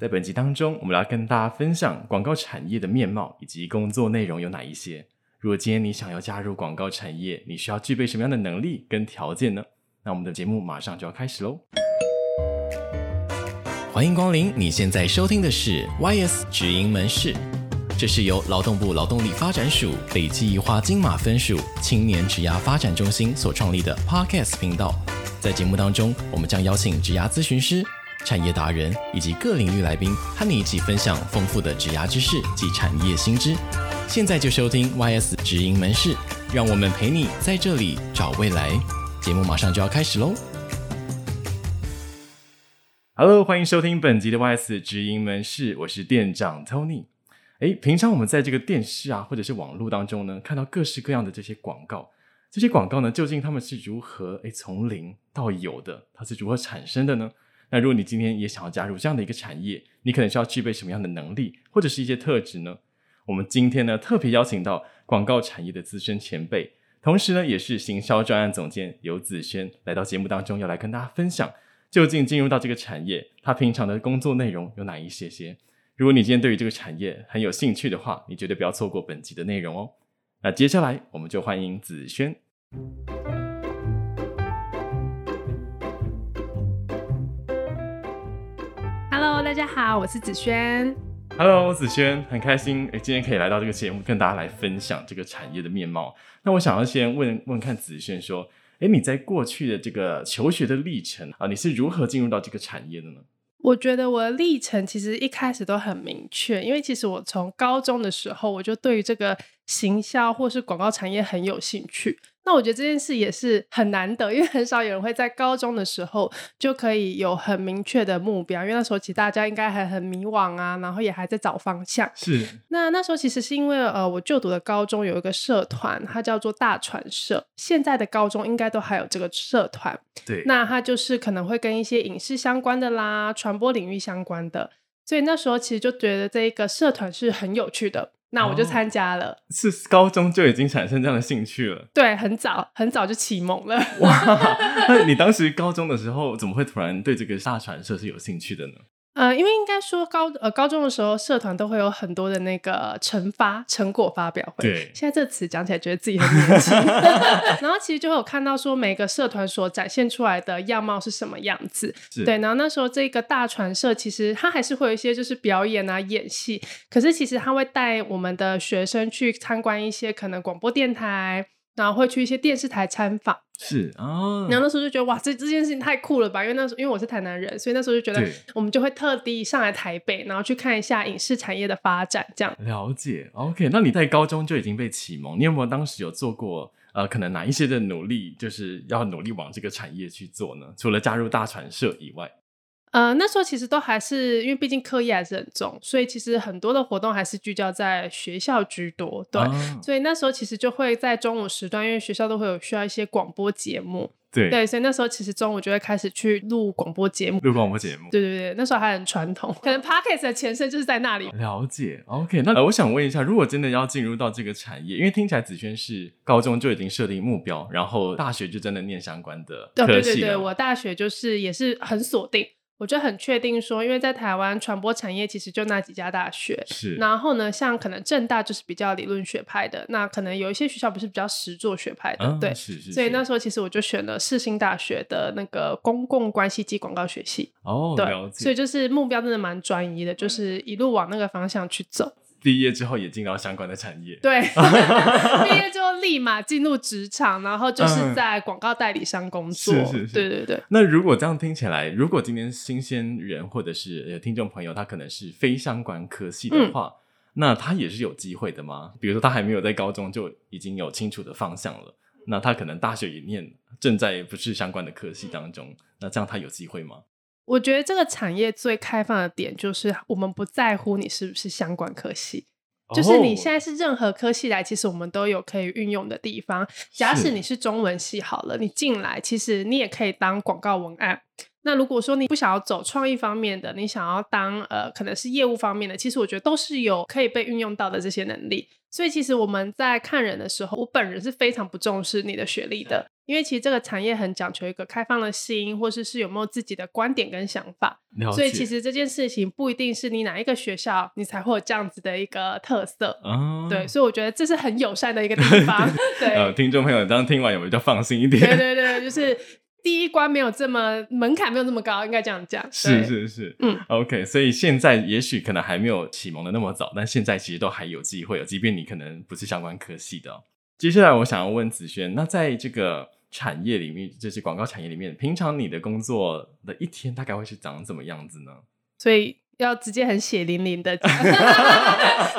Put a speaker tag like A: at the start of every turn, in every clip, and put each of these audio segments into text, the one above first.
A: 在本集当中，我们要跟大家分享广告产业的面貌以及工作内容有哪一些。如果今天你想要加入广告产业，你需要具备什么样的能力跟条件呢？那我们的节目马上就要开始喽！欢迎光临，你现在收听的是 YS 直营门市，这是由劳动部劳动力发展署、北基宜花金马分署青年职涯发展中心所创立的 Podcast 频道。在节目当中，我们将邀请职涯咨询师、产业达人以及各领域来宾，和你一起分享丰富的职涯知识及产业新知。现在就收听 YS 直营门市，让我们陪你在这里找未来。节目马上就要开始喽！Hello，欢迎收听本集的 YS 直营门市，我是店长 Tony。诶，平常我们在这个电视啊，或者是网络当中呢，看到各式各样的这些广告，这些广告呢，究竟他们是如何诶从零到有的，它是如何产生的呢？那如果你今天也想要加入这样的一个产业，你可能需要具备什么样的能力，或者是一些特质呢？我们今天呢，特别邀请到广告产业的资深前辈，同时呢，也是行销专案总监游子轩来到节目当中，要来跟大家分享。究竟进入到这个产业，他平常的工作内容有哪一些些？如果你今天对于这个产业很有兴趣的话，你绝对不要错过本集的内容哦。那接下来我们就欢迎子轩。
B: Hello，大家好，我是子轩。
A: Hello，子轩，很开心哎诶，今天可以来到这个节目，跟大家来分享这个产业的面貌。那我想要先问问看子轩说，诶，你在过去的这个求学的历程啊，你是如何进入到这个产业的呢？
B: 我觉得我的历程其实一开始都很明确，因为其实我从高中的时候我就对于这个行销或是广告产业很有兴趣。那我觉得这件事也是很难得，因为很少有人会在高中的时候就可以有很明确的目标，因为那时候其实大家应该还很迷惘啊，然后也还在找方向。
A: 是
B: 那那时候其实是因为呃，我就读的高中有一个社团，它叫做大传社。现在的高中应该都还有这个社团。
A: 对，
B: 那它就是可能会跟一些影视相关的啦、传播领域相关的。所以那时候其实就觉得这一个社团是很有趣的，那我就
A: 哦
B: 参加了。
A: 是高中就已经产生这样的兴趣了。
B: 对，很早很早就启蒙了。
A: 哇，那你当时高中的时候，怎么会突然对这个大传社是有兴趣的呢？
B: 呃，因为应该说高呃高中的时候，社团都会有很多的那个成发成果发表会。
A: 对
B: 现在这词讲起来觉得自己很 年轻。 然后其实就会有看到说每个社团所展现出来的样貌是什么样子。
A: 是
B: 对，然后那时候这个大传社其实它还是会有一些就是表演啊、演戏，可是其实它会带我们的学生去参观一些可能广播电台，然后会去一些电视台参访。
A: 是啊，
B: 然后那时候就觉得哇，这这件事情太酷了吧！因为那时候因为我是台南人，所以那时候就觉得
A: 对
B: 我们就会特地上来台北，然后去看一下影视产业的发展，这样。
A: 了解。OK，那你在高中就已经被启蒙，你有没有当时有做过呃，可能哪一些的努力，就是要努力往这个产业去做呢？除了加入大传社以外，
B: 呃，那时候其实都还是因为毕竟课业还是很重，所以其实很多的活动还是聚焦在学校居多。对，
A: 啊
B: 所以那时候其实就会在中午时段，因为学校都会有需要一些广播节目，
A: 对
B: 对，所以那时候其实中午就会开始去录广播节目。
A: 录广播节目。
B: 对对对，那时候还很传统，可能 podcast 的前身就是在那里。
A: 了解，OK。那、呃我想问一下，如果真的要进入到这个产业，因为听起来子轩是高中就已经设定目标，然后大学就真的念相关的
B: 对
A: 科
B: 对对
A: 系
B: 对，
A: 了嘛
B: 我大学就是也是很锁定，我就很确定说，因为在台湾传播产业其实就那几家大学。
A: 是
B: 然后呢，像可能正大就是比较理论学派的，那可能有一些学校不是比较实作学派的，
A: 嗯
B: 对。
A: 是是是。
B: 所以那时候其实我就选了世新大学的那个公共关系及广告学系，
A: 哦，
B: 对
A: 了，解。嗯
B: 所以就是目标真的蛮专一的，就是一路往那个方向去走。
A: 毕业之后也进到相关的产业。
B: 对，毕业之后立马进入职场，然后就是
A: 嗯
B: 在广告代理商工作，
A: 是是是
B: 对对对。
A: 那如果这样听起来，如果今天新鲜人或者是呃听众朋友，他可能是非相关科系
B: 嗯
A: 的话，那他也是有机会的吗？比如说他还没有在高中就已经有清楚的方向了，那他可能大学也念，正在不是相关的科系当中，那这样他有机会吗？
B: 我觉得这个产业最开放的点就是，我们不在乎你是不是相关科系，就是你现
A: 在
B: 在是任何科系来，其实我们都有可以运用的地方。假使你是中文系好了，你进来其实你也可以当广告文案。那如果说你不想要走创意方面的，你想要当呃可能是业务方面的，其实我觉得都是有可以被运用到的这些能力。所以其实我们在看人的时候，我本人是非常不重视你的学历的，因为其实这个产业很讲求一个开放的心，或是是有没有自己的观点跟想法。
A: 哦了解。
B: 所以其实这件事情不一定是你哪一个学校你才会有这样子的一个特色。
A: 啊，
B: 对，所以我觉得这是很友善的一个地 方。对，
A: 呃，听众朋友，当听完有没有比较放心一
B: 对
A: 点？
B: 对对，就是第一关没有这么门槛，没有这么高，应该这样讲。
A: 是
B: 对，
A: 是是，
B: 嗯
A: ，OK。所以现在也许可能还没有启蒙的那么早，但现在其实都还有机会哦，即便你可能不是相关科系的哦、接下来我想要问子轩，那在这个产业里面，就是广告产业里面，平常你的工作的一天大概会是长怎么样子呢？
B: 所以要直接很血淋淋的讲，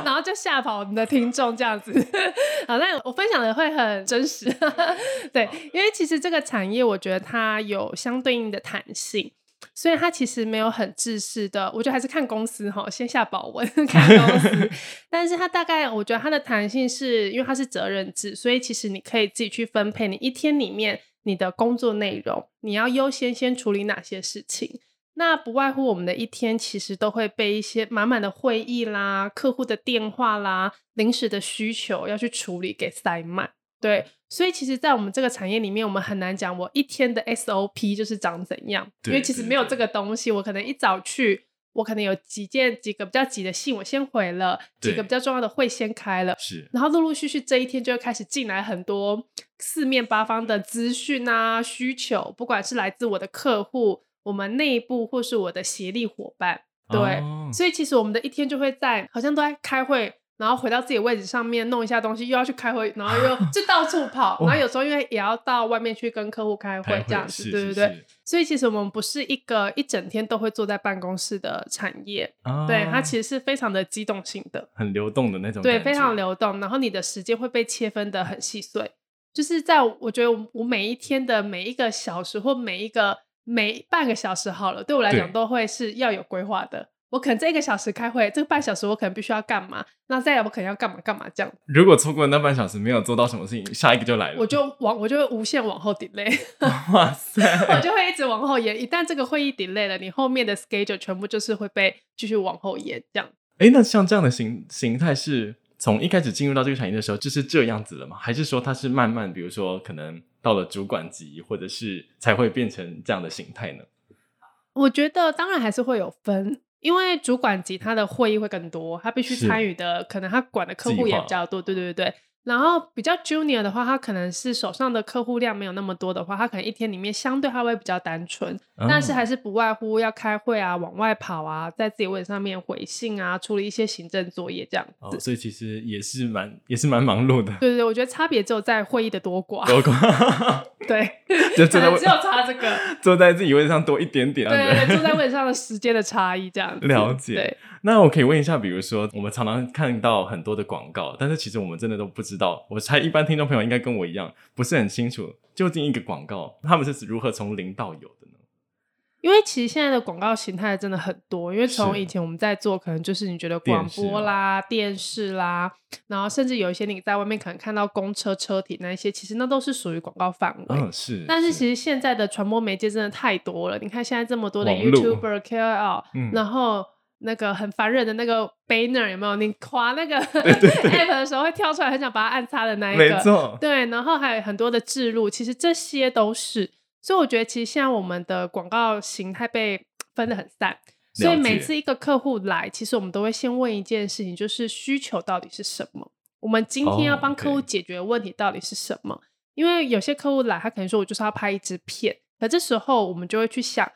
B: 然后就吓跑我们的听众这样子。 好，那我分享的会很真实， 对，因为其实这个产业，我觉得它有相对应的弹性。所以它其实没有很制式的，我觉得还是看公司哈，先下保温 看公司。但是它大概，我觉得它的弹性是因为它是责任制，所以其实你可以自己去分配你一天里面你的工作内容，你要优先先处理哪些事情。那不外乎我们的一天，其实都会被一些满满的会议啦、客户的电话啦、临时的需求要去处理给塞满。对，所以其实，在我们这个产业里面，我们很难讲我一天的 SOP 就是长怎样，
A: 对
B: 因为其实
A: 对
B: 没有
A: 对
B: 这个东西。我可能一早去，我可能有几件几个比较急的信我先回了，几
A: 对
B: 个比较重要的会先开了，
A: 是
B: 然后陆陆续续这一天就会开始进来很多四面八方的资讯啊、需求，不管是来自我的客户、我们内部或是我的协力伙伴，对。
A: 哦
B: 所以其实我们的一天就会在好像都在开会，然后回到自己的位置上面弄一下东西，又要去开会，然 后又就到处跑，然后有时候因为也要到外面去跟客户开
A: 开
B: 会这样
A: 是
B: 子，对
A: 是
B: 不对？
A: 是
B: 所以其实我们不是一个一整天都会坐在办公室的产业，
A: 啊
B: 对它其实是非常的机动性的。
A: 很流动的那种感
B: 对，
A: 觉，
B: 非常流动。然后你的时间会被切分的很细碎，就是在我我觉得我我每一天的每一个小时或每一个每半个小时好了，对我来
A: 对
B: 讲都会是要有规划的。我可能这一个小时开会，这个半小时我可能必须要干嘛，那再来我可能要干嘛干嘛这样，
A: 如果错过那半小时没有做到什么事情，下一个就来了。
B: 我就往我就会无限往后 delay，
A: 哇 塞，
B: 我就会一直往后延。一旦这个会议 delay 了，你后面的 schedule 全部就是会被继续往后延这样。
A: 哎，那像这样的形形态是从一开始进入到这个产业的时候就是这样子了吗？还是说它是慢慢，比如说可能到了主管级，或者是才会变成这样的形态呢？
B: 我觉得当然还是会有分，因为主管级他的会议会更多，他必须
A: 是
B: 参与的，可能他管的客
A: 计
B: 户也
A: 划
B: 比较多，对对对对。然后比较 junior 的话，他可能是手上的客户量没有那么多的话，他可能一天里面相对他会比较单纯，但是
A: 哦
B: 还是不外乎要开会啊、往外跑啊、在自己位置上面回信啊、处理一些行政作业这样子。
A: 哦，所以其实也是蛮也是蛮忙碌的。
B: 对对对，我觉得差别只有在会议的多 寡，
A: 多过
B: 对，
A: 就坐
B: 啊可
A: 在
B: 能
A: 位
B: 只有差这 个，
A: 坐在自己位置上多一点啊点，
B: 对对对，坐在位置上的时间的差异这样子。
A: 了解
B: 对，
A: 那我可以问一下，比如说我们常常看到很多的广告，但是其实我们真的都不知道。我猜一般听众朋友应该跟我一样，不是很清楚究竟一个广告他们是如何从零到有的呢？
B: 因为其实现在的广告形态真的很多，因为从
A: 是
B: 以前我们在做，可能就是你觉得
A: 电
B: 广
A: 视
B: 播
A: 啊
B: 啦、电视啦，然后甚至有一些你在外面可能看到公车车体那一些，其实那都是属于广告范围。
A: 嗯，是。
B: 但是其实现在的传播媒介真的太多了，你看现在这么多的
A: 网络
B: YouTuber、KOL，、
A: 嗯
B: 然后那个很烦人的那个 banner 有没有？你划那个 app 的时候会跳出来，很想把它按擦的那一
A: 没
B: 个，
A: 错，
B: 对，然后还有很多的制入，其实这些都是，所以我觉得其实现在我们的广告形态被分得很散，所以
A: 了
B: 每
A: 解
B: 次一个客户来，其实我们都会先问一件事情，就是需求到底是什么？我们今天要
A: 哦
B: 帮客户
A: ，OK
B: 解决的问题到底是什么因为有些客户来，他可能说我就是要拍一支片，可这时候我们就会去想。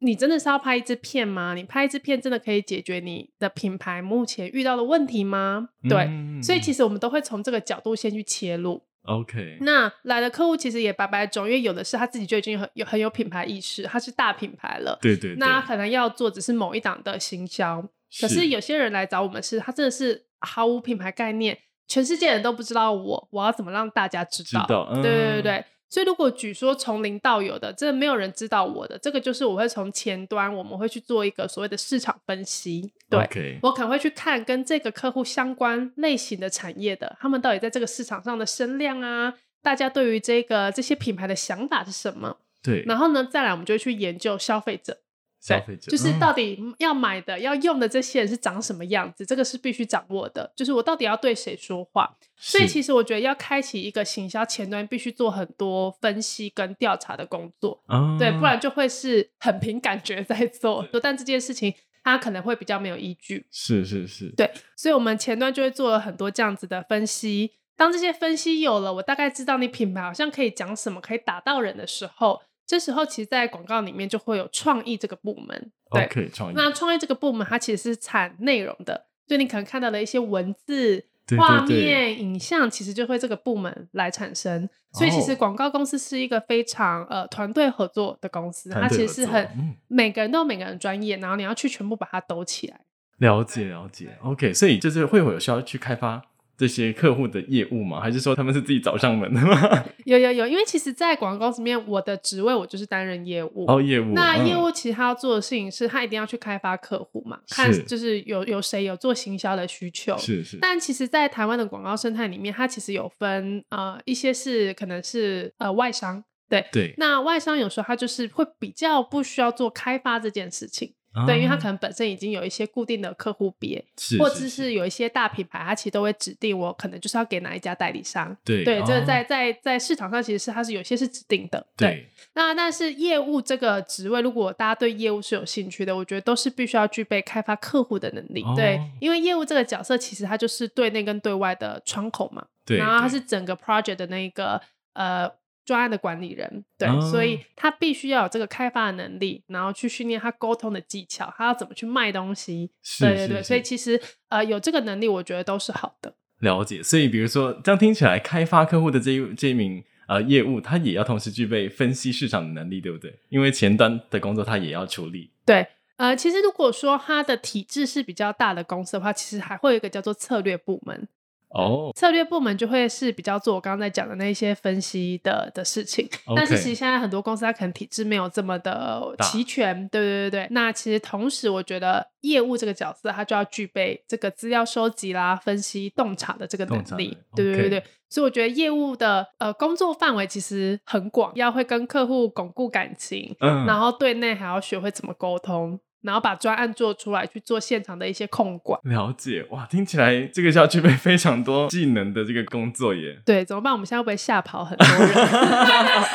B: 你真的是要拍一支片吗？你拍一支片真的可以解决你的品牌目前遇到的问题吗？对，
A: 嗯
B: 所以其实我们都会从这个角度先去切入。
A: OK，
B: 那来的客户其实也百百种，因为有的是他自己就已经很有很有品牌意识，他是大品牌了，
A: 对对对，
B: 那他可能要做只是某一档的行销。可是有些人来找我们是，他真的是毫无品牌概念，全世界人都不知道我，我要怎么让大家知
A: 知道，嗯、
B: 对对对对。所以，如果举说从零到有的，真的没有人知道我的，这个就是我会从前端，我们会去做一个所谓的市场分析。对
A: o k
B: 我可能会去看跟这个客户相关类型的产业的，他们到底在这个市场上的声量啊，大家对于这个这些品牌的想法是什么？
A: 对，
B: 然后呢，再来我们就会去研究消费者，
A: 消费者
B: 就是
A: 嗯
B: 到底要买的、要用的这些人是长什么样子，这个是必须掌握的。就是我到底要对谁说话，所以
A: 是
B: 其实我觉得要开启一个行销前端，必须做很多分析跟调查的工作，
A: 啊
B: 对，不然就会是很凭感觉在做。但这件事情它可能会比较没有依据。
A: 是是是，
B: 对所以我们前端就会做了很多这样子的分析。当这些分析有了，我大概知道你品牌好像可以讲什么，可以打到人的时候，这时候其实，在广告里面就会有创意这个部门。对
A: o k 创意
B: 那创意这个部门它其实是产内容的，所以你可能看到了一些文字、
A: 对
B: 画
A: 对对
B: 面、影像，其实就会这个部门来产生。所以其
A: 哦
B: 实广告公司是一个非常呃团队合作的公司，它
A: 团队
B: 其
A: 合
B: 实是
A: 作
B: 很、
A: 嗯
B: 每个人都有每个人的专业，然后你要去全部把它兜起来。
A: 了解了解，OK，所以就是会有需要去开发这些客户的业务吗？还是说他们是自己找上门的吗？
B: 有有有，因为其实，在广告公司里面，我的职位我就是担任业务。
A: 哦，业务，
B: 那
A: 嗯
B: 业务其实他要做的事情是，他一定要去开发客户嘛，看
A: 是
B: 就是有有谁有做行销的需求。
A: 是是
B: 但其实，在台湾的广告生态里面，它其实有分呃一些是可能是呃外商，对。
A: 对，
B: 那外商有时候他就是会比较不需要做开发这件事情，
A: 啊
B: 对，因为他可能本身已经有一些固定的客户别，
A: 是
B: 或
A: 是
B: 者是有一些大品牌，它其实都会指定我可能就是要给哪一家代理商，
A: 对
B: 对，这
A: 哦
B: 个在在在市场上其实是它是有些是指定的。
A: 对
B: 那但是业务这个职位，如果大家对业务是有兴趣的，我觉得都是必须要具备开发客户的能力。
A: 哦
B: 对，因为业务这个角色其实它就是对内跟对外的窗口嘛，
A: 对，
B: 然后他
A: 对
B: 是整个 project 的那一个呃专案的管理人，对，
A: 哦
B: 所以他必须要有这个开发的能力，然后去训练他沟通的技巧，他要怎么去卖东西。
A: 是
B: 对对
A: 是
B: 对，
A: 是
B: 所以其实呃有这个能力，我觉得都是好的。
A: 了解，所以比如说这样听起来，开发客户的这一这一名呃业务，他也要同时具备分析市场的能力，对不对？因为前端的工作他也要处理，
B: 对，呃，其实如果说它的体制是比较大的公司的话，其实还会有一个叫做策略部门。
A: 哦，
B: 策略部门就会是比较做我刚刚在讲的那一些分析的的事情
A: OK
B: 但是其实现在很多公司它可能体制没有这么的
A: 大
B: 齐全，对对对对。那其实同时，我觉得业务这个角色它就要具备这个资料收集啦、分析、洞察的这个能
A: 洞察
B: 力
A: 力，
B: 对对
A: OK
B: 对对。所以我觉得业务的呃工作范围其实很广，要会跟客户巩固感情，
A: 嗯，
B: 然后对内还要学会怎么沟通，然后把专案做出来，去做现场的一些控管。
A: 了解，哇，听起来这个是要具备非常多技能的这个工作耶。
B: 对，怎么办？我们现在会不会吓跑很 多人？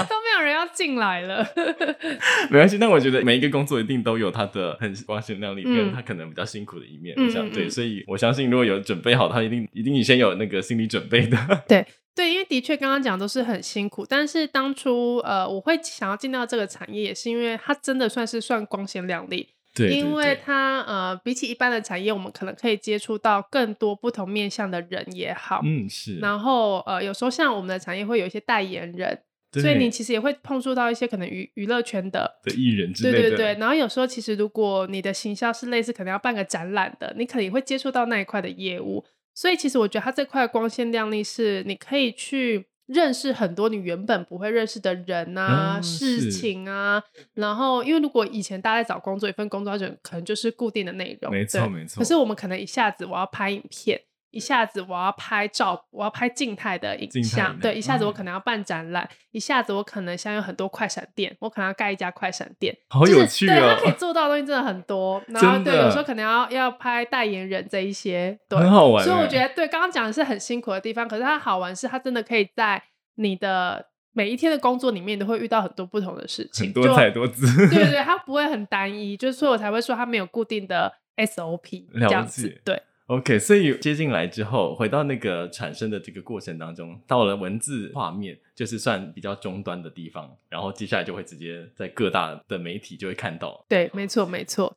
B: 都没有人要进来了。
A: 没关系，但我觉得每一个工作一定都有它的很光鲜亮丽，
B: 嗯
A: 跟它可能比较辛苦的一面。
B: 嗯
A: 我想对，
B: 嗯嗯
A: 所以我相信如果有准备好，他一定一定先有那个心理准备 的。
B: 对，因为的确刚刚讲都是很辛苦，但是当初呃，我会想要进到这个产业，也是因为它真的算是算光鲜亮丽，
A: 对，对
B: 因为
A: 对
B: 它呃，比起一般的产业，我们可能可以接触到更多不同面向的人也好。
A: 嗯是，
B: 然后呃，有时候像我们的产业会有一些代言人，
A: 对
B: 所以你其实也会碰触到一些可能娱娱乐圈的
A: 的艺人之
B: 对
A: 类的，
B: 对对，然后有时候其实如果你的行销是类似可能要办个展览的，你可能也会接触到那一块的业务，所以其实我觉得它这块光鲜亮丽是你可以去认识很多你原本不会认识的人啊、
A: 嗯是
B: 事情啊，然后因为如果以前大家在找工作，一份工作它就可能就是固定的内容，
A: 没错
B: 对
A: 没错
B: 可是我们可能一下子我要拍影片。一下子我要拍照，我要拍静态的
A: 静
B: 影
A: 态
B: 像，
A: 的
B: 对，一下子我
A: 嗯
B: 可能要办展览，一下子我可能像有很多快闪店，我可能要盖一家快闪店，
A: 好
B: 就是
A: 有趣
B: 对，他可 以
A: 哦，
B: 做到的东西真的很多，然
A: 真
B: 后
A: 的
B: 对，有时候可能要要拍代言人这一些，对，
A: 很好玩欸。
B: 所以我觉得对刚刚讲的是很辛苦的地方，可是它好玩是它真的可以在你的每一天的工作里面，你都会遇到很多不同的事情，
A: 很多
B: 就
A: 彩多姿，
B: 对对对，它不会很单一，就是所以我才会说它没有固定的 SOP
A: 了
B: 这样子
A: 解，
B: 对
A: OK，所以接进来之后，回到那个产生的这个过程当中，到了文字画面，就是算比较终端的地方，然后接下来就会直接在各大的媒体就会看到。
B: 对，没错没错，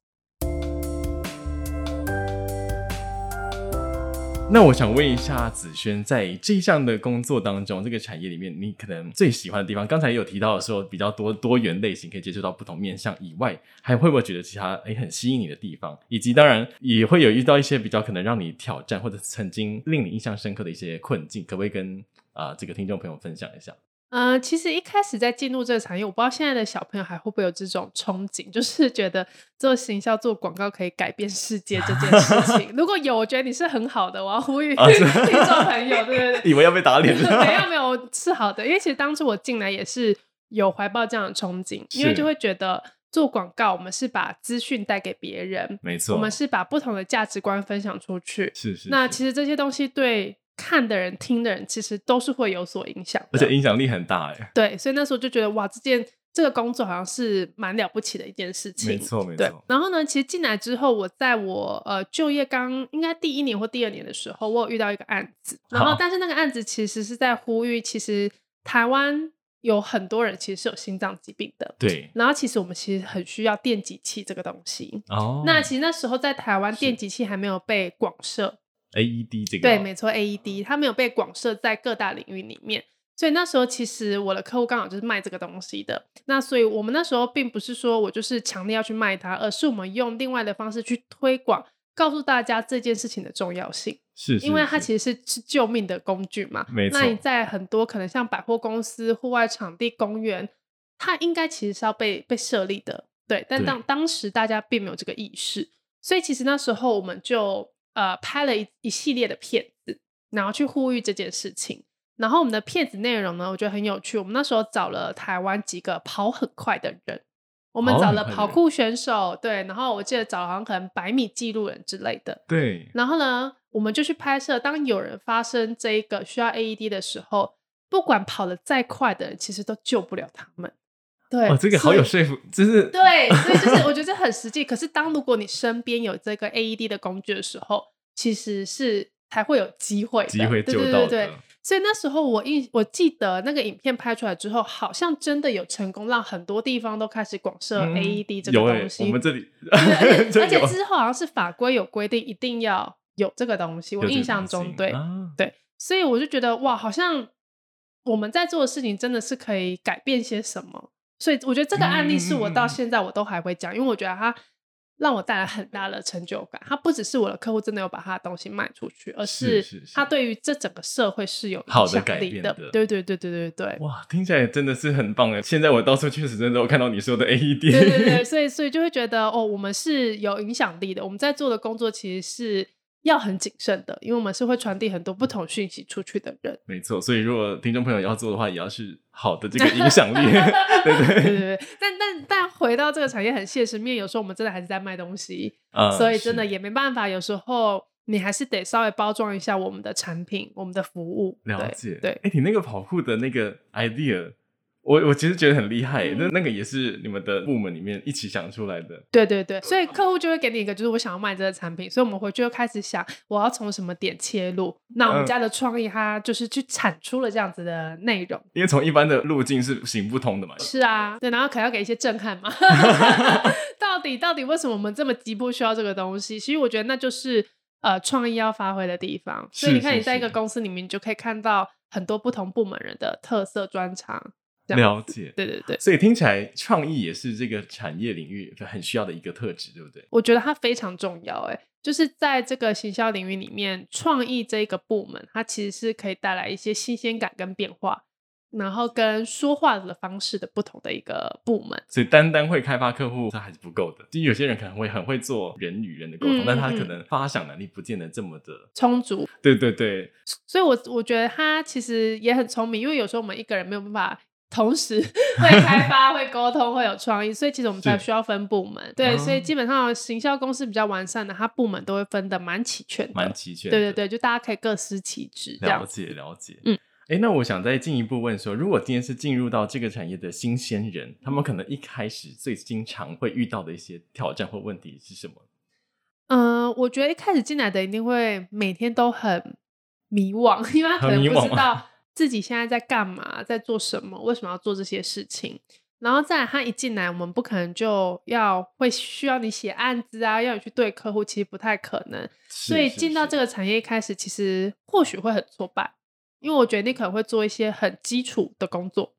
A: 那我想问一下子轩，在这一项的工作当中，这个产业里面，你可能最喜欢的地方，刚才也有提到的说比较多多元类型，可以接触到不同面向以外，还会不会觉得其他诶很吸引你的地方，以及当然也会有遇到一些比较可能让你挑战或者曾经令你印象深刻的一些困境，可不可以跟啊、这个听众朋友分享一下？
B: 呃，其实一开始在进入这个产业，我不知道现在的小朋友还会不会有这种憧憬，就是觉得做行销、做广告可以改变世界这件 事情。如果有，我觉得你是很好的，我要呼吁
A: 啊是
B: 听众朋友，对对对。
A: 以为要被打脸了。
B: 没有没有，是好的，因为其实当初我进来也是有怀抱这样的憧憬，因为
A: 是
B: 就会觉得做广告，我们是把资讯带给别人，
A: 没错，
B: 我们是把不同的价值观分享出去。
A: 是是，
B: 那
A: 是
B: 其实这些东西对看的人、听的人，其实都是会有所影响的。
A: 而且影响力很大哎，
B: 对，所以那时候就觉得哇，这件这个工作好像是蛮了不起的一件事情。
A: 没错没
B: 对
A: 错，，
B: 然后呢，其实进来之后，我在我呃就业刚应该第一年或第二年的时候，我有遇到一个案子，然后
A: 好
B: 但是那个案子其实是在呼吁，其实台湾有很多人其实是有心脏疾病的，
A: 对
B: 然后其实我们其实很需要电击器这个东西。
A: 哦，
B: 那其实那时候在台湾
A: 是
B: 电击器还没有被广设，
A: AED E 这个
B: 对，没错，AED
A: 嗯
B: 它没有被广设在各大领域里面，所以那时候其实我的客户刚好就是卖这个东西的。那所以我们那时候并不是说我就是强烈要去卖它，而是我们用另外的方式去推广，告诉大家这件事情的重要性，
A: 是，是
B: 因为它
A: 是
B: 其实是是救命的工具嘛。
A: 没
B: 那你
A: 错
B: 在很多可能像百货公司、户外场地、公园，它应该其实是要被被设立的，对。但
A: 对
B: 当当时大家并没有这个意识，所以其实那时候我们就呃拍了一一系列的片子，然后去呼吁这件事情。然后我们的片子内容呢，我觉得很有趣。我们那时候找了台湾几个跑很快的人，我们
A: 跑
B: 找
A: 很
B: 了
A: 快的
B: 跑
A: 人
B: 酷选手，对，然后我记得找了好像可能百米记录人之类的。
A: 对
B: 然后呢，我们就去拍摄。当有人发生这一个需要 AED 的时候，不管跑得再快的人，其实都救不了他们。对，
A: 哦，这个好
B: 所以
A: 有说服，就是
B: 哎对，啊所以就是我觉 得这很实际。可是当如果你身边有这个 AED 的工具的时候，其实是才会有机会的，
A: 机会救
B: 对
A: 到
B: 对对对
A: 的。
B: 所以那时候我印我记得那个影片拍出来之后，好像真的有成功让很多地方都开始广设
A: 嗯
B: AED E 这个
A: 有欸
B: 东西。
A: 我们这里
B: 对 而且
A: 这
B: 而且
A: 有
B: 之后好像是法规有规定一定要有这个东西，
A: 有
B: 我
A: 这个
B: 印象
A: 东
B: 中
A: 西
B: 对。
A: 啊
B: 所以我就觉得哇，好像我们在做的事情真的是可以改变些什么。所以我觉得这个案例是我
A: 嗯
B: 到现在我都还会讲，因为我觉得它让我带来很大的成就感。它不只是我的客户真的有把他的东西卖出去，而
A: 是是是
B: 它对于这整个社会是有影
A: 好的
B: 响
A: 改
B: 力
A: 变
B: 的。
A: 的
B: 对对对对对对。
A: 哇，听起来真的是很棒哎！现在我到处确实真的有看到你说的 E AED，
B: 对对对，所以所以就会觉得哦，我们是有影响力的，我们在做的工作其实是要很谨慎的，因为我们是会传递很多不同讯息出去的人。
A: 没错。所以如果听众朋友要做的话，也要是好的这个影响 力，对
B: 对
A: 对
B: 对 对，但但但回到这个产业很现实面，有时候我们真的还是在卖东西，
A: 啊
B: 所以真的
A: 是
B: 也没办法，有时候你还是得稍微包装一下我们的产品、我们的服务。
A: 了
B: 对
A: 解。
B: 对，
A: 哎，你那个跑酷的那个 idea，我我其实觉得很厉害欸，那
B: 嗯
A: 那个也是你们的部门里面一起想出来的，
B: 对对对，所以客户就会给你一个，就是我想要卖这个产品，所以我们回去就开始想，我要从什么点切入。那我们
A: 嗯
B: 家的创意，它就是去产出了这样子的内容。
A: 因为从一般的路径是行不通的嘛。
B: 是啊，对，然后可能要给一些震 撼嘛。到底到底为什么我们这么急迫需要这个东西？其实我觉得那就是呃创意要发挥的地方。所以
A: 是
B: 你看，
A: 是
B: 你在一个
A: 是
B: 公司里面，你就可以看到很多不同部门人的特色专长。这样
A: 了解，
B: 对对对，
A: 所以听起来创意也是这个产业领域很需要的一个特质，对不对？
B: 我觉得它非常重要。哎，就是在这个行销领域里面，创意这一个部门，它其实是可以带来一些新鲜感跟变化，然后跟说话的方式的不同的一个部门。
A: 所以单单会开发客户，它还是不够的。就有些人可能会很会做人与人的沟通，
B: 嗯
A: 但他
B: 嗯
A: 可能发想能力不见得这么的。
B: 充足
A: 对对对，
B: 所以我我觉得他其实也很聪明，因为有时候我们一个人没有办法同时 会 开发、会沟通、会有创意，所以其实我们才
A: 是
B: 需要分部门。对，
A: 哦
B: 所以基本上行销公司比较完善的，它部门都会分的蛮齐全的。
A: 蛮齐全
B: 对
A: 的。
B: 对对，就大家可以各司其职这
A: 了
B: 样。
A: 解了解。
B: 嗯。
A: 哎，那我想再进一步问说，如果今天是进入到这个产业的新鲜人，他们可能一开始最经常会遇到的一些挑战或问题是什么？
B: 嗯、我觉得一开始进来的一定会每天都很迷惘，因为他可
A: 很
B: 能
A: 迷
B: 不
A: 惘啊
B: 知道自己现在在干嘛，在做什么，为什么要做这些事情。然后再来，他一进来，我们不可能就要会需要你写案子啊，要你去对客户，其实不太可能。所
A: 所
B: 以进到这
A: 个
B: 个产业一开始，其实或许会很挫败，因为我觉得你可能会做一些很基础的工作，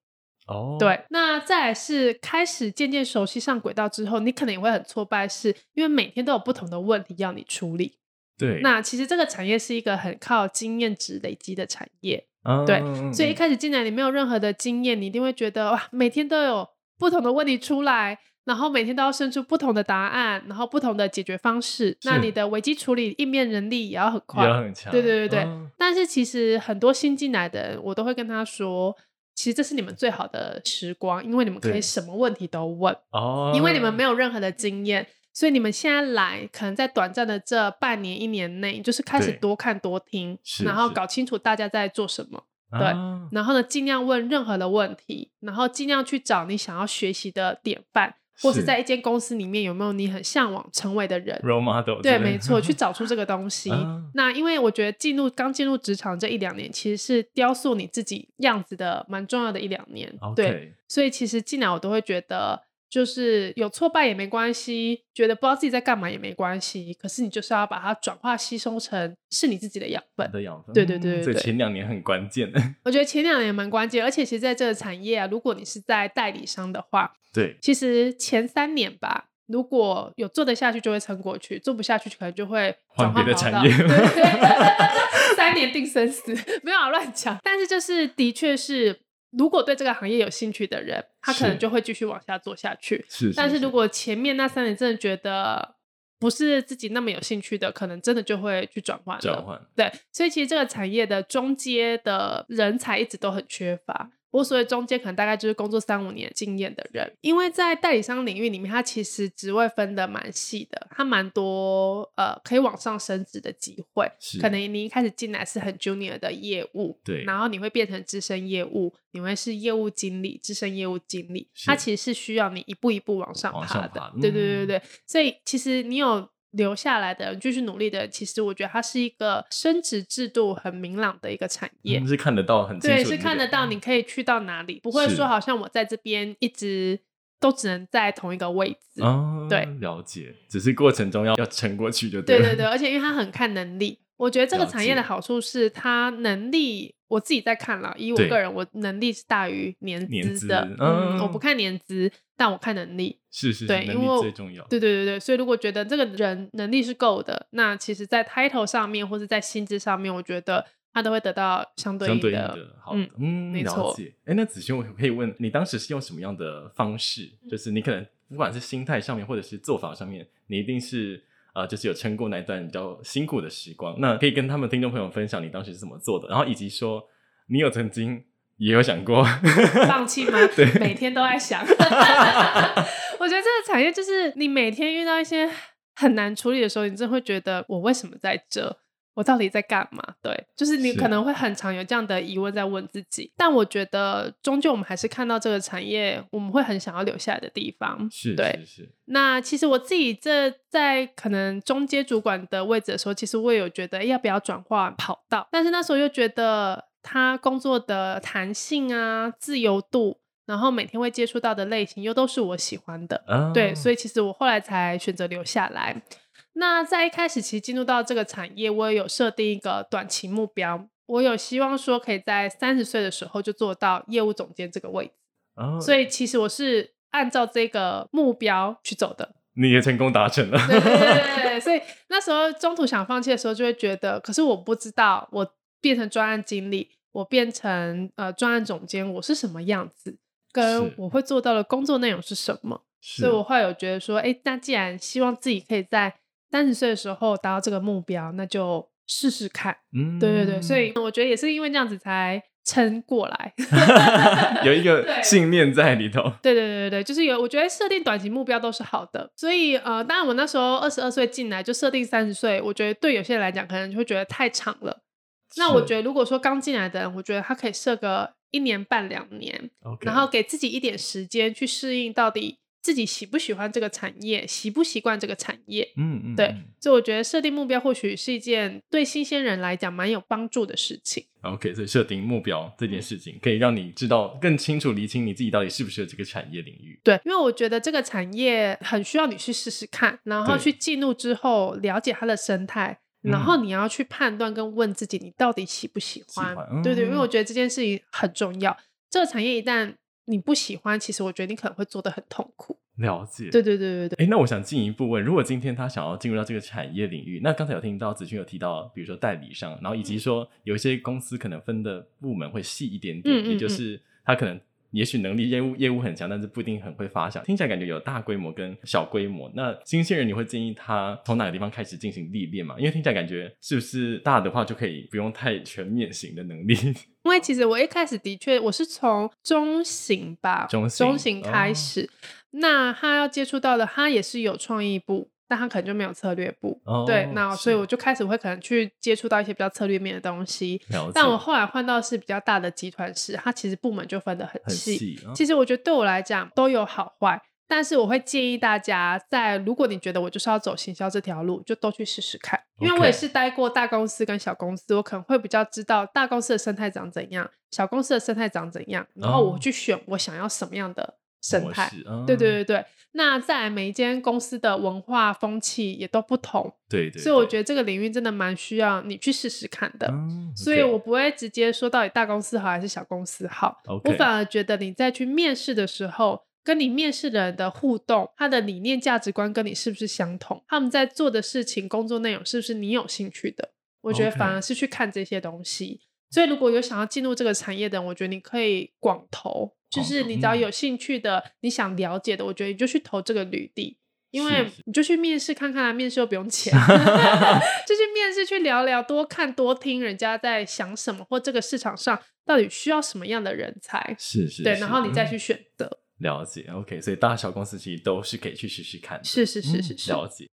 A: 哦，
B: 对，那再来是开始渐渐熟悉上轨道之后，你可能也会很挫败，是因为每天都有不同的问题要你处理。
A: 对，
B: 那其实这个产业是一个很靠经验值累积的产业，
A: 嗯
B: 对
A: 嗯嗯
B: 所以一开始进来你没有任何的经验，你一定会觉得哇，每天都有不同的问题出来，然后每天都要生出不同的答案，然后不同的解决方式。那
A: 是
B: 你的危机处理应变能力也要很快，
A: 也很强，
B: 对对对对
A: 嗯
B: 但是其实很多新进来的人，我都会跟他说，其实这是你们最好的时光，因为你们可
A: 对
B: 以什么问题都问，
A: 哦，
B: 因为你们没有任何的经验，所以你们现在来，可能在短暂的这半年一年内，就是开始
A: 对
B: 多看多听
A: 是，
B: 然后
A: 是
B: 搞清楚大家在做什么。
A: 有
B: 对然后呢，尽量问任何的问题，然后尽量去找你想要学习的典范，或是
A: 是
B: 在一间公司里面有没有你很向往成为的人。
A: role model，
B: 对，没 错，去找出这个东西。
A: 啊
B: 那因为我觉得进入刚进入职场这一两年，其实是雕塑你自己样子的蛮重要的一两年。对，
A: ，OK，
B: 所以其实进来我都会觉得，就是有挫败也没关系，觉得不知道自己在干嘛也没关系，可是你就是要把它转化吸收成是你自己的养分。
A: 的养分，
B: 对对对
A: 所以
B: 对
A: 前两年很关 键，
B: 我觉得前两年蛮关键，而且其实在这个产业啊，如果你是在代理商的话，
A: 对，
B: 其实前三年吧，如果有做得下去就会撑过去，做不下去可能就会
A: 换
B: 转
A: 别的
B: 换跑
A: 产
B: 道
A: 业
B: 三年定生死，没有啊乱讲。但是就是的确是，如果对这个行业有兴趣的人，他可能
A: 是
B: 就会继续往下做下去。
A: 是，
B: 但是如果前面那三年真的觉得不是自己那么有兴趣的，可能真的就会去转换了。
A: 转换
B: 对，所以其实这个产业的中阶的人才一直都很缺乏。我所谓中阶，可能大概就是工作三五年经验的人，因为在代理商领域里面，它其实职位分的蛮细的，它蛮多呃可以往上升职的机会。
A: 是嗯
B: 可能你一开始进来是很 junior 的业务，
A: 对
B: 然后你会变成资深业务，你会是业务经理、资深业务经理，
A: 是
B: 它其实是需要你一步一步往上
A: 往
B: 爬
A: 上
B: 的。
A: 爬
B: 对对对
A: 嗯
B: 对对，所以其实你有留下来的人，继续努力的人，其实我觉得它是一个升职制度很明朗的一个产业。
A: 嗯是看得到很清楚的
B: 对，是
A: 那个
B: 看得到你可以去到哪里，不会
A: 是
B: 说好像我在这边一直都只能在同一个位置。
A: 哦，
B: 对
A: 了解，只是过程中要要撑过去就
B: 对
A: 了
B: 对对，而且因为它很看能力，我觉得这个
A: 了
B: 产业的
A: 解
B: 好处是它能力，我自己在看了，以我
A: 对
B: 个人，我能力是大于年
A: 年
B: 资的
A: 资。
B: 嗯，我
A: 嗯
B: 不看年资，但我看能力。
A: 是是是，
B: 对
A: 能
B: 因
A: 力
B: 为
A: 最重要，
B: 对对对对，所以如果觉得这个人能力是够的，那其实，在 title 上面或是在薪资上面，我觉得他都会得到相对
A: 相
B: 应
A: 对应
B: 的。
A: 的，好
B: 嗯
A: 的，嗯，
B: 没
A: 了
B: 错
A: 解。哎，那子轩，我可以问你，当时是用什么样的方式？
B: 嗯
A: 就是你可能不管是心态上面，或者是做法上面，你一定是呃，就是有撑过那一段比较辛苦的时光。那可以跟他们听众朋友分享你当时是怎么做的，然后以及说你有曾经也有想过，
B: 放弃吗？每天都在想。 我觉得这个产业就是你每天遇到一些很难处理的时候，你真的会觉得我为什么在这？我到底在干嘛？对，就是你
A: 是
B: 可能会很常有这样的疑问在问自己。但我觉得，终究我们还是看到这个产业，我们会很想要留下来的地方。
A: 是
B: 对
A: 是是，
B: 那其实我自己这在可能中阶主管的位置的时候，其实我也有觉得诶哎要不要转换跑道，但是那时候又觉得他工作的弹性啊、自由度，然后每天会接触到的类型又都是我喜欢的，
A: 啊，
B: 对，所
A: 以
B: 以其实我后来才选择留下来。那在一开始其实进入到这个产业，我也有设定一个短期目标，我有希望说可以在三十岁的时候就做到业务总监这个位置，所
A: 以
B: 以其实我是按照这个目标去走的。
A: 你也成功达成 了，
B: 对对对对对，所以那时候中途想放弃的时候，就会觉得，可是我不知道我变成专案经理，我变成呃专案总监，我是什么样子，跟
A: 是
B: 我会做到的工作内容是什么。
A: 是
B: 所以我后来有觉得说，哎，那既然希望自己可以在三十岁的时候达到这个目标，那就试试看。
A: 嗯
B: 对对对，所以 我觉得也是因为这样子才撑过来。
A: 有一个
B: 对
A: 信念在里头，
B: 对对对对对，就是有，我觉得设定短期目标都是好的，所以呃，当然我那时候二十二岁进来就设定三十岁，我觉得对有些人来讲可能就会觉得太长了。那我觉
A: 得
B: 得如果说刚进来的人，我觉得他可以设个一年半两年，
A: ，OK，
B: 然后给自己一点时间去适应到底自己喜不喜欢这个产业，习不习惯这个产业。
A: 嗯嗯，
B: 对
A: 嗯
B: 所以我觉得设定目标或许是一件对新鲜人来讲蛮有帮助的事情。
A: OK，所以设定目标这
B: 嗯
A: 件事情，可以让你知道更清楚厘清你自己到底适不适合这个产业领域。
B: 对，因为我觉得这个产业很需要你去试试看，然后
A: 对
B: 去进入之后了解它的生态，然
A: 嗯
B: 后你要去判断跟问自己，你到底喜不喜欢？
A: 欢
B: 对对，因为
A: 嗯
B: 我觉得这件事情很重要。这个产业一旦你不喜欢，其实我觉得你可能会做得很痛苦。
A: 了解。
B: 对对对对对，
A: 哎，那我想进一步问，如果今天他想要进入到这个产业领域，那刚才有听到子君有提到，比如说代理商，
B: 嗯
A: 然后以及说有一些公司可能分的部门会细一点点，
B: 嗯嗯
A: 也就是他可能也许能力业务业务很强，但是不一定很会发想。听起来感觉有大规模跟小规模。那新鲜人你会建议他从哪个地方开始进行历练嘛？因为听起来感觉是不是大的话就可以不用太全面型的能力？
B: 因为其实我一开始的确我是从中型吧，
A: 中型
B: 开
A: 哦
B: 始。那他要接触到的，他也是有创意部，但他可能就没有策略部。
A: 哦
B: 对，那所以
A: 是
B: 我就开始会可能去接触到一些比较策略面的东西。
A: 了解，
B: 但我后来换到是比较大的集团式，它其实部门就分得很
A: 很细，哦
B: 其实我觉得对我来讲都有好坏，但是我会建议大家在，如果你觉得我就是要走行销这条路，就都去试试看。因为我
A: OK
B: 也是待过大公司跟小公司，我可能会比较知道大公司的生态长怎样，小公司的生态长怎样，然后我
A: 哦
B: 去选我想要什么样的生
A: 模
B: 态。
A: 式，嗯
B: 对对对对，那再来每一间公司的文化风气也都不同，
A: 对对，
B: 所以我觉得这个领域真的蛮需要你去试试看的。
A: 得，嗯
B: 所以我不会直接说到底大公司好还是小公司好
A: OK
B: 我反而觉得你在去面试的时候，跟你面试的人的互动，他的理念价值观跟你是不是相同，他们在做的事情、工作内容是不是你有兴趣的，我觉得
A: OK
B: 反而是去看这些东西。所以如果有想要进入这个产业的人，我觉得你可以广投，就
A: 广
B: 是
A: 投
B: 你只要
A: 嗯
B: 有兴趣的、你想了解的，我觉得你就去投这个履历。因
A: 是
B: 为
A: 是
B: 你就去面试看看啊，面试又不 用钱，就去面试去聊聊，多看多听人家在想什么，或这个市场上到底需要什么样的人才，
A: 是是
B: 对，然后你再
A: 去。嗯
B: 去选择。
A: 了解，OK，所以大小公司其实都是可以去试试看的。
B: 是是是是
A: 嗯
B: 是，
A: 了解。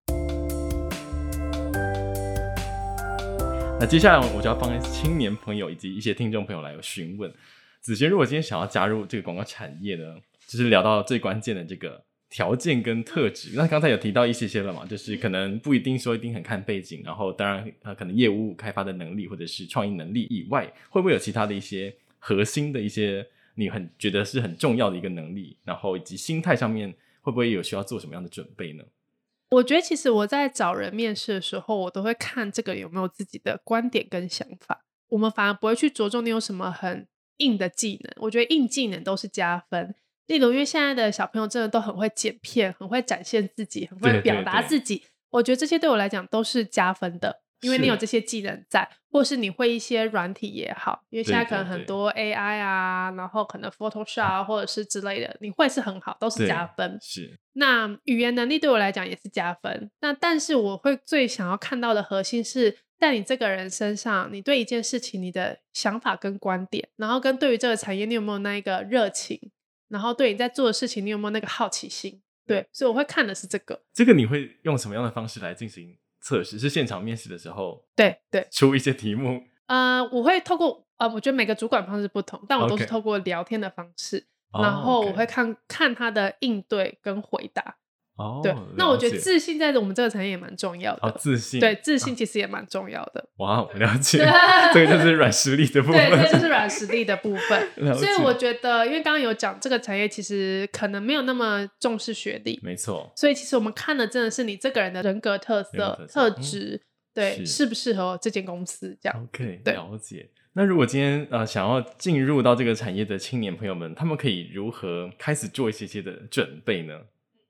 A: 那接下来我就要帮青年朋友以及一些听众朋友来询问，子轩，如果今天想要加入这个广告产业呢，就是聊到最关键的这个条件跟特质。那刚才有提到一些些了嘛，就是可能不一定说一定很看背景，然后当然呃可能业务开发的能力或者是创意能力以外，会不会有其他的一些核心的一些你很觉得是很重要的一个能力，然后以及心态上面会不会有需要做什么样的准备呢？
B: 我觉得其实我在找人面试的时候，我都会看这个有没有自己的观点跟想法，我们反而不会去着重你有什么很硬的技能。我觉得硬技能都是加分。例如，因为现在的小朋友真的都很会剪片，很会展现自己，很
A: 对
B: 会
A: 对
B: 表达
A: 对
B: 自己。我觉得这些对我来讲都是加分的，因为你有
A: 是
B: 这些技能在，或是你会一些软体也好，因为现
A: 对
B: 在可
A: 对
B: 能很
A: 对
B: 多 AI 啊，然后可能 Photoshop 啊或者是之类的，你会是很好，都是
A: 对
B: 加分。
A: 是
B: 那语言能力对我来讲也是加分。那但是我会最想要看到的核心是在你这个人身上，你对一件事情你的想法跟观点，然后跟对于这个产业你有没有那一个热情，然后对你在做的事情你有没有那个好奇心。对，所以我会看的是这个。
A: 这个，你会用什么样的方式来进行测试？是现场面试的时候
B: 对对，
A: 出一些题目
B: 呃，我会透过呃，我觉得每个主管方式不同，但我都是
A: OK
B: 透过聊天的方式
A: 哦
B: 然后我
A: OK
B: 会看看他的应对跟回答。
A: 哦。
B: 对，那我觉得
A: 了解
B: 自信在我们这个产业也蛮重要的。
A: 哦自信
B: 对，自信其实也蛮重要的。
A: 哇，我了解
B: 对，
A: 这个就是软实力的部分。。
B: 对，这就是软实力的部分
A: 了
B: 所以
A: 解
B: 我觉得，因为刚刚有讲这个产业其实可能没有那么重视学历，
A: 没错，
B: 所以其实我们看的真的是你这个人的人格特
A: 人格
B: 色
A: 特、色
B: 特
A: 嗯
B: 质，对，
A: 是
B: 适不适合这间公司这样。
A: OK，
B: 嗯对
A: 了解。那如果今天呃想要进入到这个产业的青年朋友们，他们可以如何开始做一些些的准备呢？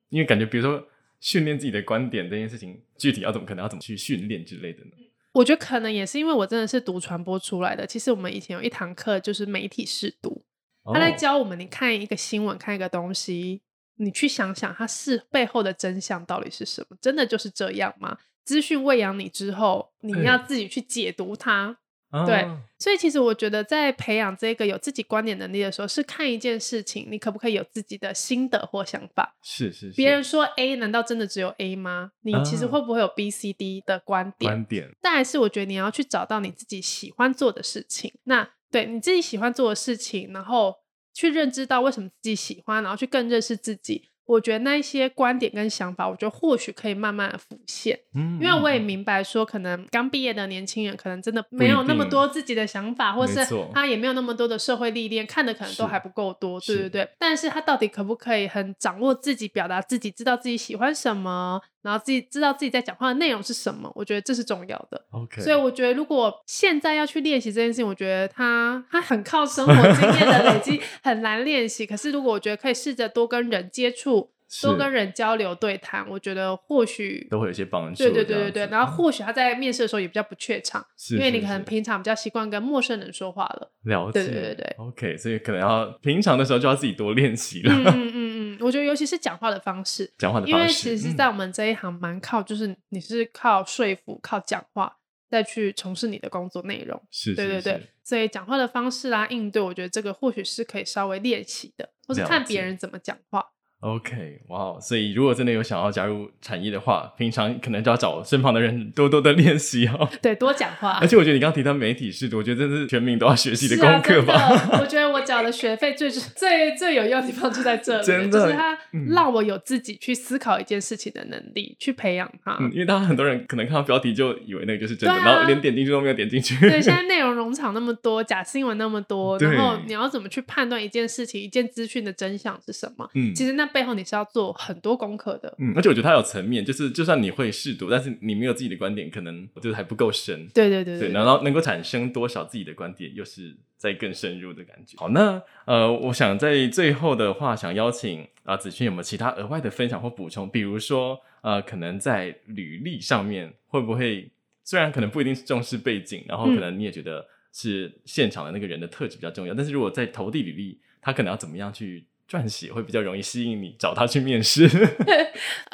A: 因为感觉，比如说训练自己的观点这件事情，具体要怎么可能要怎么去训练之类的呢？
B: 我觉得可能也是因为我真的是读传播出来的。其实我们以前有一堂课就是媒体试读，他在
A: 哦
B: 教我们，你看一个新闻，看一个东西，你去想想它是背后的真相到底是什么？真的就是这样吗？资讯喂养你之后，你
A: 对
B: 要自己去解读它。
A: 啊
B: 对所以，其实我觉得在培养这个有自己观点能力的时候，是看一件事情，你可不可以有自己的心得或想法？
A: 是是是
B: 别人说 A，难道真的只有 A 吗？你其实
A: 啊
B: 会不会有 B、C、D 的观点？
A: 观点
B: 再来是我觉得你要去找到你自己喜欢做的事情，那对你自己喜欢做的事情，然后去认知到为什么自己喜欢，然后去更认识自己。我觉得那一些观点跟想法，我觉得或许可以慢慢的浮现，
A: 嗯
B: 因为我也
A: 嗯
B: 明白说，可能刚毕业的年轻人，可能真的
A: 一
B: 没有那么
A: 定
B: 多自己的想法，或
A: 没
B: 是
A: 错
B: 他也没有那么多的社会历练，看的可能都
A: 是
B: 还不够多，对
A: 是
B: 对对。但是他到底可不可以很掌握自己、表达自己，知道自己喜欢什么，然后自己知道自己在讲话的内容是什么？我觉得这是重要的。
A: OK，
B: 所以我觉得，如果现在要去练习这件事情，我觉得它它很 靠生活经验的累积，很难练习。可是如果我觉得可以试着多跟人接触，多
A: 是
B: 跟人交流对谈，我觉得或许
A: 都会有一些帮助。
B: 对
A: 这
B: 对对
A: 样
B: 对对，
A: 子嗯
B: 然后或许他在面试的时候也比较不怯场，
A: 是
B: 因为你
A: 是
B: 可能
A: 是
B: 平常比较习惯跟陌生人说话 了。
A: 了解，
B: 对对对对
A: OK，所以可能要平常的时候就要自己多练习了，
B: 嗯嗯嗯嗯，我觉得尤其是讲话的方式，
A: 讲话的
B: 因为
A: 方
B: 其
A: 式。
B: 实，
A: 嗯
B: 在我们这一行蛮靠，就是你是靠说服、靠讲话再去从事你的工作内容。
A: 是，
B: 对对
A: 是
B: 对，，所以讲话的方式啊、应对，我觉得这个或许是可以稍微练习的，或是
A: 了
B: 看
A: 解
B: 别人怎么讲话。
A: OK，哇、哦！所以如果真的有想要加入产业的话，平常可能就要找身旁的人多多的练习哦。
B: 对，多讲话啊
A: 而。且我觉得你刚刚提到媒体是，我觉得这是全民都要学习
B: 是啊，
A: 功课
B: 真
A: 吧。
B: 的，我觉得我缴的学费最最最有用的地方就在这里，
A: 真
B: 就
A: 的
B: 是它
A: 嗯
B: 让我有自己去思考一件事情的能力，去培养它。
A: 嗯，因为大家很多人可能看到标题就以为那个就是真的，
B: 对啊
A: 然后连点进去都没有点进去。
B: 对，现在内容农场那么多，假新闻那么多，
A: 对
B: 然后你要怎么去判断一件事情、一件资讯的真相是什么？
A: 嗯
B: 其实那背后你是要做很多功课的。
A: 嗯，而且我觉得它有层面，就是就算你会试读，但是你没有自己的观点，可能就是还不够深。
B: 对对对
A: 对，然后能够产生多少自己的观点，又是在更深入的感觉。好，那呃，我想在最后的话，想邀请啊、子轩有没有其他额外的分享或补充？比如说呃，可能在履历上面会不会，虽然可能不一定是重视背景，然后可
B: 嗯
A: 能你也觉得是现场的那个人的特质比较重要，但是如果在投递履历，他可能要怎么样去撰写会比较容易吸引你找他去面试？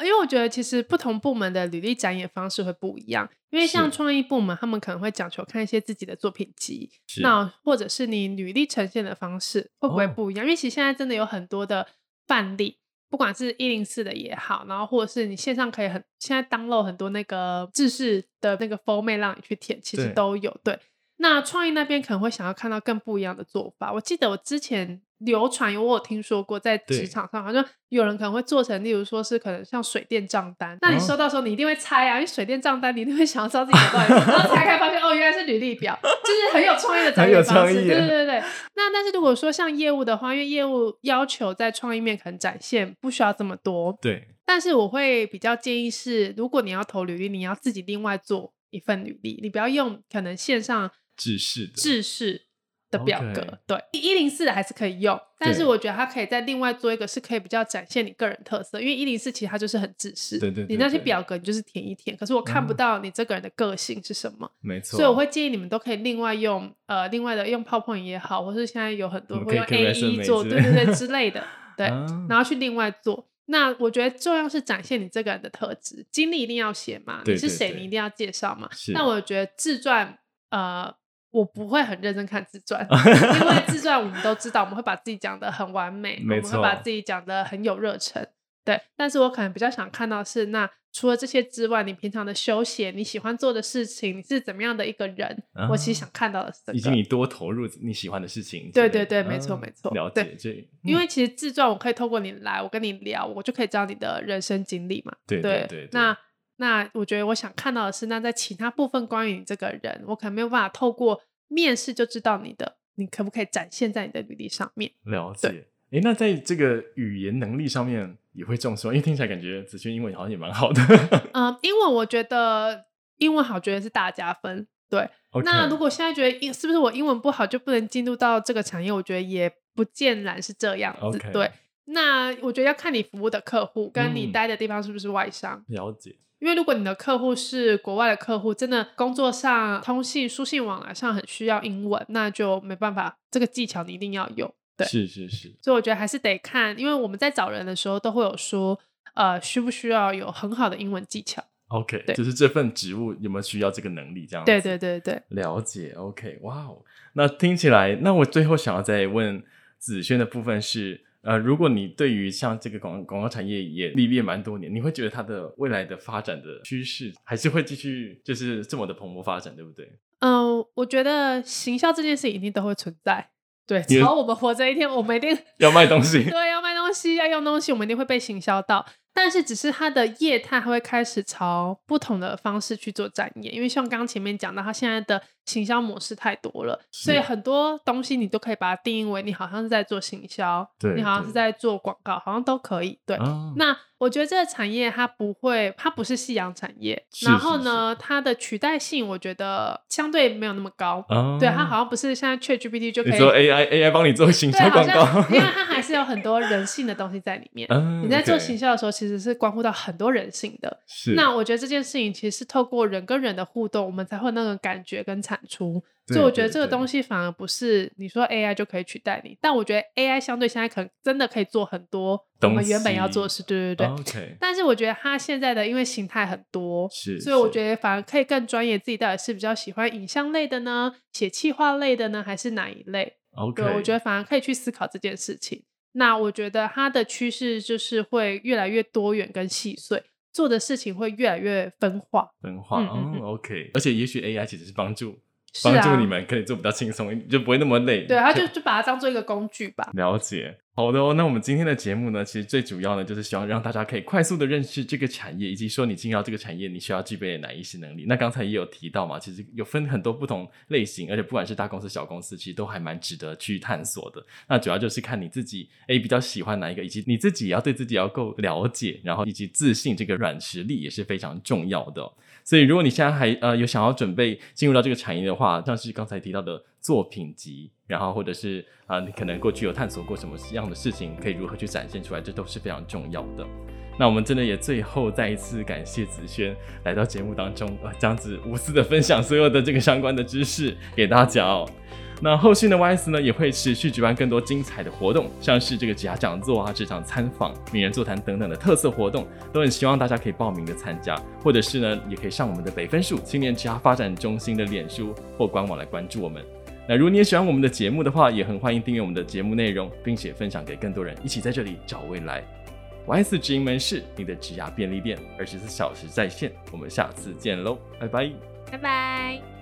B: 因为我觉得其实不同部门的履历展演方式会不一样，因为像
A: 是
B: 创意部门，他们可能会讲求看一些自己的作品集，
A: 是
B: 那或者是你履历呈现的方式会不会
A: 哦
B: 不一样？因为其实现在真的有很多的范例，不管是一零四的也好，然后或者是你线上可以很现在 download 很多那个制式的那个 format 让你去填，其实
A: 对
B: 都有对。那创意那边可能会想要看到更不一样的做法。我记得我之前流传，我有听说过，在
A: 对
B: 职场上好像有人可能会做成，例如说是可能像水电账单，那你
A: 哦
B: 收到的时候你一定会猜啊，因为水电账单你一定会想要知道自己的到底是什么，然后才开发现哦原来是履历表，就是很有创意的展
A: 很有
B: 演方
A: 创
B: 式，
A: 意
B: 对
A: 耶
B: 对对对。那但是如果说像业务的话，因为业务要求在创意面可能展现不需要这么多，
A: 对，
B: 但是我会比较建议是，如果你要投履历，你要自己另外做一份履历，你不要用可能线上
A: 制式的
B: 制式的表格。
A: OK
B: 对，一零四的还是可以用，但是
A: 对
B: 我觉得它可以再另外做一个，是可以比较展现你个人特色，因为一零四其实它就是很制式。
A: 对对对
B: 你那些
A: 对
B: 表格你就是填一填，可是我看不
A: 嗯
B: 到你这个人的个性是什么，
A: 没错。
B: 所以我会建议你们都可以另外用呃，另外的用 PowerPoint 也好，或是现在有很多
A: 我们
B: 会用
A: 可以
B: A
A: 可以 resume
B: E 做，
A: 之
B: 对
A: 类
B: 对对之类的， 对，
A: 啊
B: 然后去另外做。那我觉得重要是展现你这个人的特质，经历一定要写嘛，
A: 对
B: 你
A: 对
B: 是谁
A: 对
B: 你一定要介绍嘛
A: 是。
B: 但我觉得自传，呃，我不会很认真看自 传，因为自传我们都知道，我们会把自己讲的很完美，我
A: 没
B: 们会把
A: 错
B: 自己讲的很有热忱，对，但是我可能比较想看到是，那除了这些之外，你平常的休闲，你喜欢做的事情，你是怎么样的一个人？
A: 啊
B: 我其实想看到的是这
A: 以及
B: 个。
A: 你多投入你喜欢的事情之
B: 对
A: 类的。
B: 对对没错
A: 啊
B: 没错
A: 了
B: 对
A: 解这，
B: 因
A: 嗯
B: 为其实自传我可以透过你来，我跟你聊，我就可以知道你的人生经历嘛。
A: 对对对对
B: 那那我觉得我想看到的是，那在其他部分关于你这个人，我可能没有办法透过面试就知道你的，你可不可以展现在你的履历上面？
A: 了
B: 对
A: 解。诶，那在这个语言能力上面也会重视吗，因为听起来感觉子轩英文好像也蛮好的。
B: 嗯，英文我觉得英文好，觉得是大加分。对，
A: OK，
B: 那如果现在觉得英是不是我英文不好就不能进入到这个产业？我觉得也不尽然是这样子。
A: OK
B: 对，那我觉得要看你服务的客户跟你
A: 嗯
B: 待的地方是不是外商，
A: 了解，
B: 因为如果你的客户是国外的客户，真的工作上、通信、书信往来上很需要英文，那就没办法，这个技巧你一定要有。对
A: 是是是，
B: 所以我觉得还是得看，因为我们在找人的时候都会有说，呃，需不需要有很好的英文技巧？
A: OK，
B: 对
A: 就是这份职务有没有需要这个能力这样子？
B: 对对对对。
A: 了解，OK，哇哦，那听起来，那我最后想要再问子轩的部分是，呃，如果你对于像这个广广告产业也历练蛮多年，你会觉得它的未来的发展的趋势还是会继续就是这么的蓬勃发展，对不对？
B: 嗯，我觉得行销这件事情一定都会存在。对，
A: 你
B: 只要我们活着一天，我们一定
A: 要卖东 西
B: 对要卖东西、要用东西，我们一定会被行销到。但是，只是它的业态它会开始朝不同的方式去做展演，因为像刚刚前面讲到，它现在的行销模式太多了，所以
A: 是
B: 很多东西你都可以把它定义为你好像是在做行销，
A: 对
B: 你好像
A: 对
B: 是在做广告，好像都可以。对，
A: 啊，
B: 那我觉得这个产业它不会，它不是夕阳产业，
A: 是
B: 然后呢，它的取代性我觉得相对没有那么高。
A: 啊，
B: 对，它好像不是现在 ChatGPT 就可
A: 你
B: 以，
A: 说 AI AI 帮你做行
B: 对，
A: 销
B: 好
A: 广
B: 像因为
A: 告，
B: 它还是有很多人性的东西在里面。
A: 嗯
B: 你在做
A: OK
B: 行销的时候，其实是关乎到很多人性的。
A: 是
B: 那我觉得这件事情其实是透过人跟人的互动，我们才会有那种感觉跟产出。
A: 对
B: 所以我觉得
A: 对
B: 这个
A: 对
B: 东西反而不是你说 AI 就可以取代你，但我觉得 AI 相对现在可能真的可以做很多我
A: 东
B: 们
A: 西哦
B: 原本要做的事。对对对。
A: OK
B: 但是我觉得它现在的因为形态很多，
A: 是，
B: 所以我
A: 得
B: 觉得反而可以更专业，自己到底是比较喜欢影像类的呢，写企划类的呢，还是哪一类？
A: OK，
B: 对，我觉
A: 得
B: 得反而可以去思考这件事情。那我觉得它的趋势就是会越来越多元跟细碎，做的事情会越来越分化。
A: 分化
B: 嗯嗯嗯
A: 哦 OK，而且也许 AI 其实是帮助
B: 是
A: 帮
B: 啊，
A: 助你们可以做比较轻松一点，就不会那么累。
B: 对，他啊就就把它当做一个工具吧。
A: 了解。好的哦，那我们今天的节目呢，其实最主要呢，就是希望让大家可以快速的认识这个产业，以及说你进到这个产业你需要具备的哪一些能力。那刚才也有提到嘛，其实有分很多不同类型，而且不管是大公司、小公司，其实都还蛮值得去探索的。那主要就是看你自己，诶比较喜欢哪一个，以及你自己也要对自己要够了解，然后以及自信这个软实力也是非常重要的哦、所以，如果你现在还呃有想要准备进入到这个产业的话，像是刚才提到的作品集，然后或者是啊、呃你可能过去有探索过什么样的事情，可以如何去展现出来，这都是非常重要的。那我们真的也最后再一次感谢子轩来到节目当中，呃，这样子无私的分享所有的这个相关的知识给大家哦。那后续呢，YS 呢也会持续举办更多精彩的活动，像是这个职涯讲座啊、职场参访、名人座谈等等的特色活动，都很希望大家可以报名的参加，或者是呢，也可以上我们的北分数青年职涯发展中心的脸书或官网来关注我们。那如果你也喜欢我们的节目的话，也很欢迎订阅我们的节目内容，并且分享给更多人，一起在这里找未来。YS 直营门市，你的职涯便利店，二十四小时在线。我们下次见喽，拜拜。
B: 拜拜。